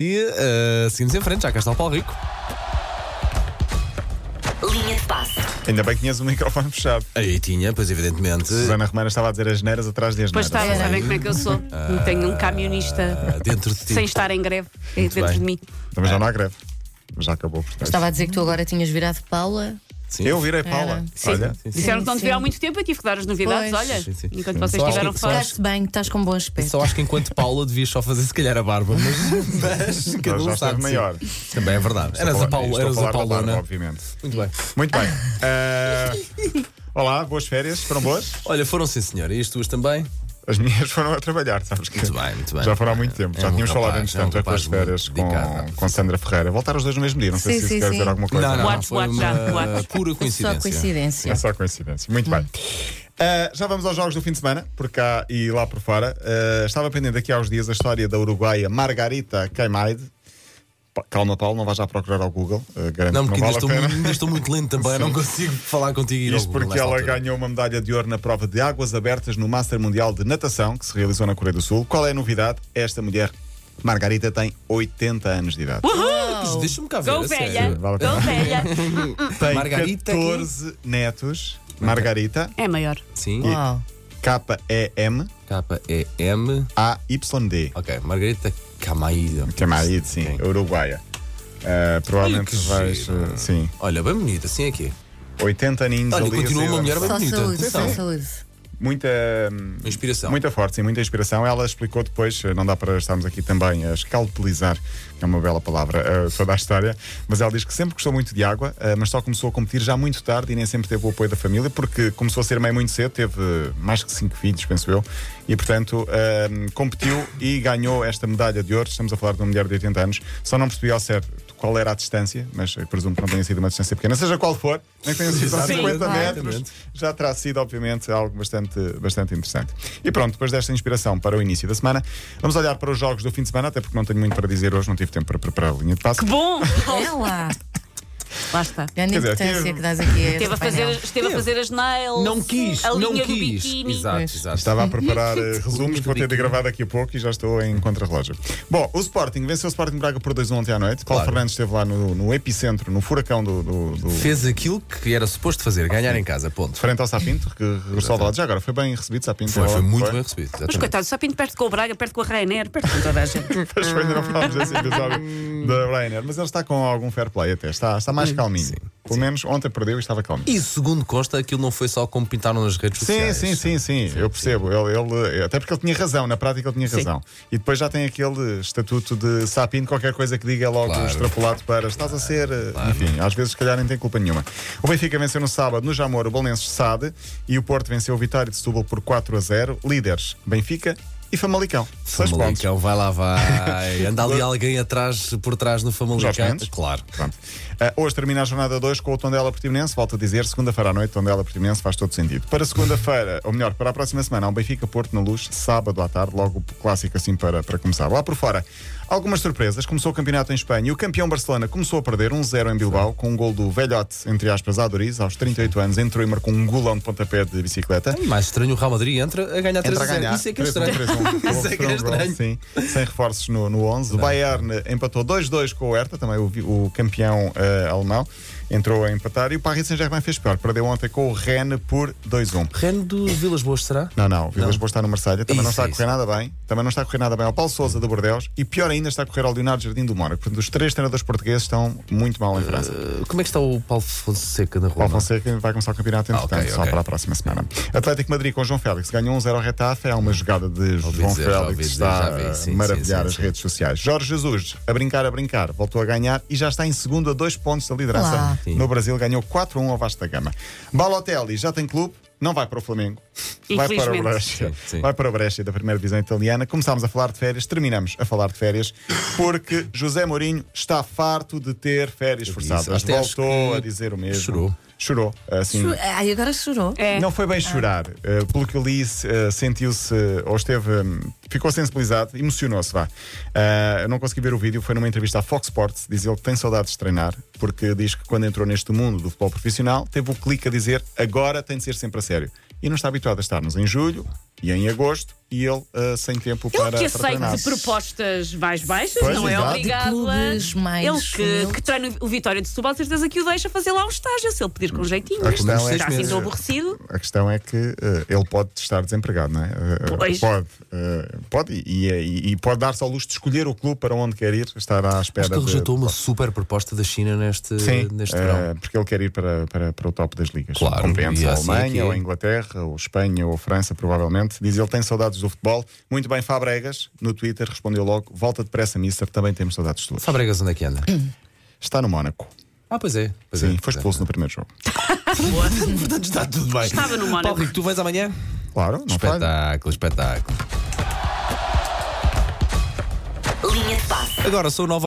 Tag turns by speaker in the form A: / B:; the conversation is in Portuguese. A: E eh, seguimos em frente, já cá está o Paulo Rico.
B: Linha de passe.
C: Ainda bem que tinhas o microfone fechado.
A: Aí tinha, pois evidentemente.
C: Susana Romana estava a dizer as neiras atrás de as
D: Pois está,
C: neiras.
D: já vê como é que eu sou. Tenho um camionista
A: ah, Dentro de ti.
D: sem estar em greve é dentro
A: bem.
D: de mim.
C: Mas já não há greve. Já acabou, portanto.
B: Estava a dizer que tu agora tinhas virado Paula.
A: Sim.
C: Eu virei Paula.
B: Era.
D: Sim.
C: Olha.
D: Disseram que não
B: Sim,
D: te viram há
B: sim.
D: muito tempo, eu tive que dar as novidades,
B: Pois.
D: olha.
A: Sim, sim.
D: Enquanto
A: Sim.
D: vocês
A: Só acho
D: estiveram
A: que-
D: fora.
B: Ficaste bem, estás com bom aspecto.
A: É Só acho que enquanto Paula devias só fazer se calhar a barba, mas, mas cada um
C: Já, já
A: sabe. de
C: esteve
A: si.
C: maior.
A: Também é verdade. Eras a,
C: Estou falar-
A: Paula,
C: estou
A: eras
C: falar
A: a
C: da barba,
A: Paulona.
C: obviamente.
A: Muito bem.
C: Muito bem. Ah, olá, boas férias. Foram boas?
A: Olha, foram sim, senhora. E as tuas também?
C: As minhas foram a trabalhar, sabes que.
A: Muito bem, muito bem.
C: Já foram há muito tempo.
A: É
C: já
A: um
C: tínhamos
A: rapaz,
C: falado antes
A: é um
C: tanto com
A: rapaz
C: as férias
A: muito dedicado. é?
C: com, com Sandra Ferreira. Voltaram os dois no mesmo dia, não sei
B: Sim,
C: se isso
B: sim,
C: quer
B: sim.
C: dizer alguma coisa.
D: Boatos,
A: foi
D: boatos,
A: uma
D: já, boatos.
A: pura
B: Só
A: coincidência.
B: coincidência.
C: É só coincidência. Muito bem. Ah, já vamos aos jogos do fim de semana, por cá e lá por fora. Ah, estava pendente aqui há uns dias a história da uruguaia Margarita Caimaide. Pa- Calma, Paulo, não vais já procurar ao Google. Ah, garanto
A: Não, um
C: que
A: porque
C: não
A: ainda
C: vale a
A: estou,
C: pena.
A: muito, ainda estou muito lento também, não consigo falar contigo. e ir ao
C: Isto
A: Google
C: porque
A: nesta
C: ela
A: altura.
C: ganhou uma medalha de ouro na prova de águas abertas no Master Mundial de Natação, que se realizou na Coreia do Sul. Qual é a novidade? Esta mulher, Margarita, tem 80 anos de idade.
B: Uau.
A: Deixa-me cá ver.
D: Go
A: a
D: velha,
A: sério.
C: vale a pena.
D: go velha.
C: Tem
A: Margarita
C: 14 netos. Margarita,
D: É maior.
A: Sim.
B: Uau.
C: K-E-M-A-Y-D.
A: K-E-M. Ok, Margarita Camaída.
C: Que é marido, sim,
A: Sim.
C: uruguaia. Ah, provavelmente
A: Olha que
C: vais.
A: giro.
C: ah, sim,
A: Olha, bem bonita, assim é que é.
C: 80 aninhos
A: Olha,
C: ali.
A: continua
C: assim,
A: uma mulher bem
B: Só
A: bonita.
B: saúde, só
A: É Atenção.
B: saúde.
C: Muita. hum,
A: Inspiração.
C: Muita forte, sim, muita inspiração. Ela explicou depois, eh, não dá para estarmos aqui também a escalpelizar, que é uma bela palavra, eh, toda a história, mas ela diz que sempre gostou muito de água, eh, mas só começou a competir já muito tarde e nem sempre teve o apoio da família, porque começou a ser mãe muito cedo, teve eh, mais que cinco filhos, penso eu, e portanto eh, competiu e ganhou esta medalha de ouro. Estamos a falar de uma mulher de 80 anos, só não percebi ao certo qual era a distância, mas eu presumo que não tenha sido uma distância pequena, seja qual for, nem que tenha sido só
A: Sim,
C: 50
A: exatamente.
C: metros já terá sido, obviamente, algo bastante, bastante interessante. E pronto, depois desta inspiração para o início da semana, vamos olhar para os jogos do fim de semana, até porque não tenho muito para dizer hoje, não tive tempo para preparar a linha de passe.
D: Que bom!
B: Ela.
D: Lá está.
B: Grande
C: Quer dizer, é
B: importância
C: teve-
B: que dás aqui a este
D: Esteve a fazer,
B: painel.
D: esteve a fazer as nails.
A: Não quis,
D: a
A: não
D: linha do
A: quis.
D: biquíni.
A: Exato, exato.
C: Estava a preparar eh, resumos
A: Muito
C: que vou ter de
A: biquíni.
C: gravar daqui a pouco e já estou em contrarrelógio. Bom, o Sporting venceu o Sporting Braga por 2-1 ontem à noite. Paulo
A: Claro.
C: Fernandes esteve lá no, no epicentro, no furacão do, do- do-
A: Fez aquilo que era suposto fazer, ganhar em casa, ponto.
C: frente ao Sapinto, que regressou ao lado. Já agora, foi bem recebido, Sapinto.
A: Foi,
C: Olá,
A: foi muito bem recebido.
D: Mas
A: exatamente.
D: coitado, só pinto perto com o Braga, perto com a Rainer, perto com toda a gente.
C: Pois foi, ainda não assim, falámos desse episódio da Rainer, mas ele está com algum fair play até, está, está mais calminho. Pelo menos ontem perdeu e estava calmo.
A: E segundo consta, aquilo não foi só como pintaram nas redes
C: Sim,
A: sociais.
C: sim, sim, sim, eu percebo. Ele, ele- até porque ele tinha razão, na prática ele tinha razão. E depois já tem aquele estatuto de sapinho, qualquer coisa que diga é logo
A: Claro.
C: extrapolado para estás a ser. eh, Enfim, às vezes se calhar nem tem culpa nenhuma. O Benfica venceu no sábado no Jamor o Bolonenses Sade e o Porto venceu o Vitória de Setúbal por 4 a 0. Líderes, Benfica e Famalicão. Seis pontos.
A: Famalicão, vai lá, vai. Anda ali alguém atrás, por trás no
C: Jorge
A: Famalicão.
C: Mendes?
A: Claro.
C: Pronto. Ah, hoje termina a jornada 2 com o Tondela Portimonense. Volto a dizer, segunda-feira à noite, Tondela Portimonense faz todo sentido. Para segunda-feira, ou melhor, para a próxima semana, há um Benfica Porto na Luz, sábado à tarde, logo clássico assim para, para começar. Lá por fora, algumas surpresas. Começou o campeonato em Espanha e o campeão Barcelona começou a perder 1-0 em Bilbao, com um gol do velhote, entre aspas, Adoriz, aos 38 anos, entrou e marcou um golão de pontapé de bicicleta.
A: E mais estranho, o Real Madrid entra a ganhar 3
C: Entra a ganhar.
A: Isso é que é
C: 3-1,
A: estranho. Isso é que
C: 3-1.
A: é
C: Sofreu um gol,
A: estranho.
C: sim. Sem reforços no, no 11. O Bayern eh, empatou 2-2 com o Hertha, também o, vi- o campeão eh, alemão. Entrou a empatar. E o Paris Saint-Germain fez pior. Perdeu ontem com o Rennes por 2-1.
A: Reno do Vilas Boas, será?
C: Não, não, o Vilas
A: Não.
C: Boas está no Marselha, também
A: Isso,
C: não está a
A: isso.
C: correr nada bem, também não está a correr nada bem ao Paulo Souza do Bordeus e pior ainda está a correr ao Leonardo Jardim do Mónaco. Portanto, os três treinadores portugueses estão muito mal em França.
A: Uh, Como é que está o Paulo Fonseca na é?
C: O
A: Roma?
C: Fonseca vai começar o campeonato,
A: Ah,
C: entretanto,
A: ok,
C: só
A: ok.
C: para a próxima semana. Atlético Madrid com João Félix ganhou 1-0 ao Retafe. É uma jogada de João
A: dizer, já
C: Félix
A: ouvi
C: que
A: dizer,
C: está
A: já vi,
C: a
A: sim,
C: maravilhar
A: sim, sim,
C: as
A: sim.
C: redes sociais. Jorge Jesus, a brincar, a brincar, voltou a ganhar e já está em segundo a dois pontos da liderança.
B: Olá.
A: Sim.
C: No Brasil ganhou 4-1 ao Vasta Gama. Balotelli já tem clube. Não vai para o Flamengo, vai para o
D: Infelizmente.
C: Brescia.
A: Sim, sim.
C: Vai para o Brescia da primeira divisão italiana. Começámos a falar de férias, terminamos a falar de férias, porque José Mourinho está farto de ter férias forçadas.
A: até acho
C: Voltou
A: que
C: a dizer o mesmo.
A: chorou.
C: Chorou, assim.
B: Ai, agora chorou.
D: É.
C: Não foi bem chorar. eh, pelo que eu li, se, eh, sentiu-se, eh, ou esteve, hum, ficou sensibilizado, emocionou-se, vá. Ah, eu não consegui ver o vídeo, foi numa entrevista à Fox Sports, diz ele que tem saudades de treinar, porque diz que quando entrou neste mundo do futebol profissional, teve o clique a dizer agora tem de ser sempre a sério. E não está habituado a estarmos em julho e em agosto e ele eh, sem tempo
D: Ele
C: para,
D: que
C: para treinar.
D: aceite propostas mais baixas,
C: Pois,
D: não é
C: exato.
D: obrigado.
B: De clubes mais
D: Ele que,
B: humildes.
D: que treina o Vitória de Setúbal, de certeza que o deixa fazer lá um estágio, se ele pedir com jeitinho.
C: Hum. A questão
D: Já
C: é-
D: assim tão aborrecido.
C: A questão é que eh, ele pode estar desempregado, não é? Eh, eh,
D: Pois.
C: Pode. eh, pode e, e- e pode dar-se ao luxo de escolher o clube para onde quer ir, estar à espera.
A: Acho que ele
C: de-
A: rejeitou uma super proposta da China neste,
C: Sim,
A: neste
C: eh,
A: verão.
C: porque ele quer ir para, para, para o top das ligas.
A: Claro,
C: Compreende-se
A: e
C: a
A: assim é que
C: Alemanha,
A: é.
C: ou a Inglaterra, ou Espanha, ou França, provavelmente. Diz ele tem saudades do futebol. Muito bem, Fabregas, no Twitter, respondeu logo: volta depressa, Mister, também temos saudades tuas.
A: Fabregas, onde é que anda?
D: Hum.
C: Está no Mónaco.
A: Ah, pois é. Pois
C: Sim,
A: é,
C: foi
A: pois é.
C: expulso no primeiro jogo.
A: Portanto, está tudo bem.
D: Estava no Mónaco.
A: Paulo Rico, tu vais amanhã?
C: Claro, não falha.
A: Espetáculo, espetáculo.
E: Linha de passe.
A: Agora sou nova.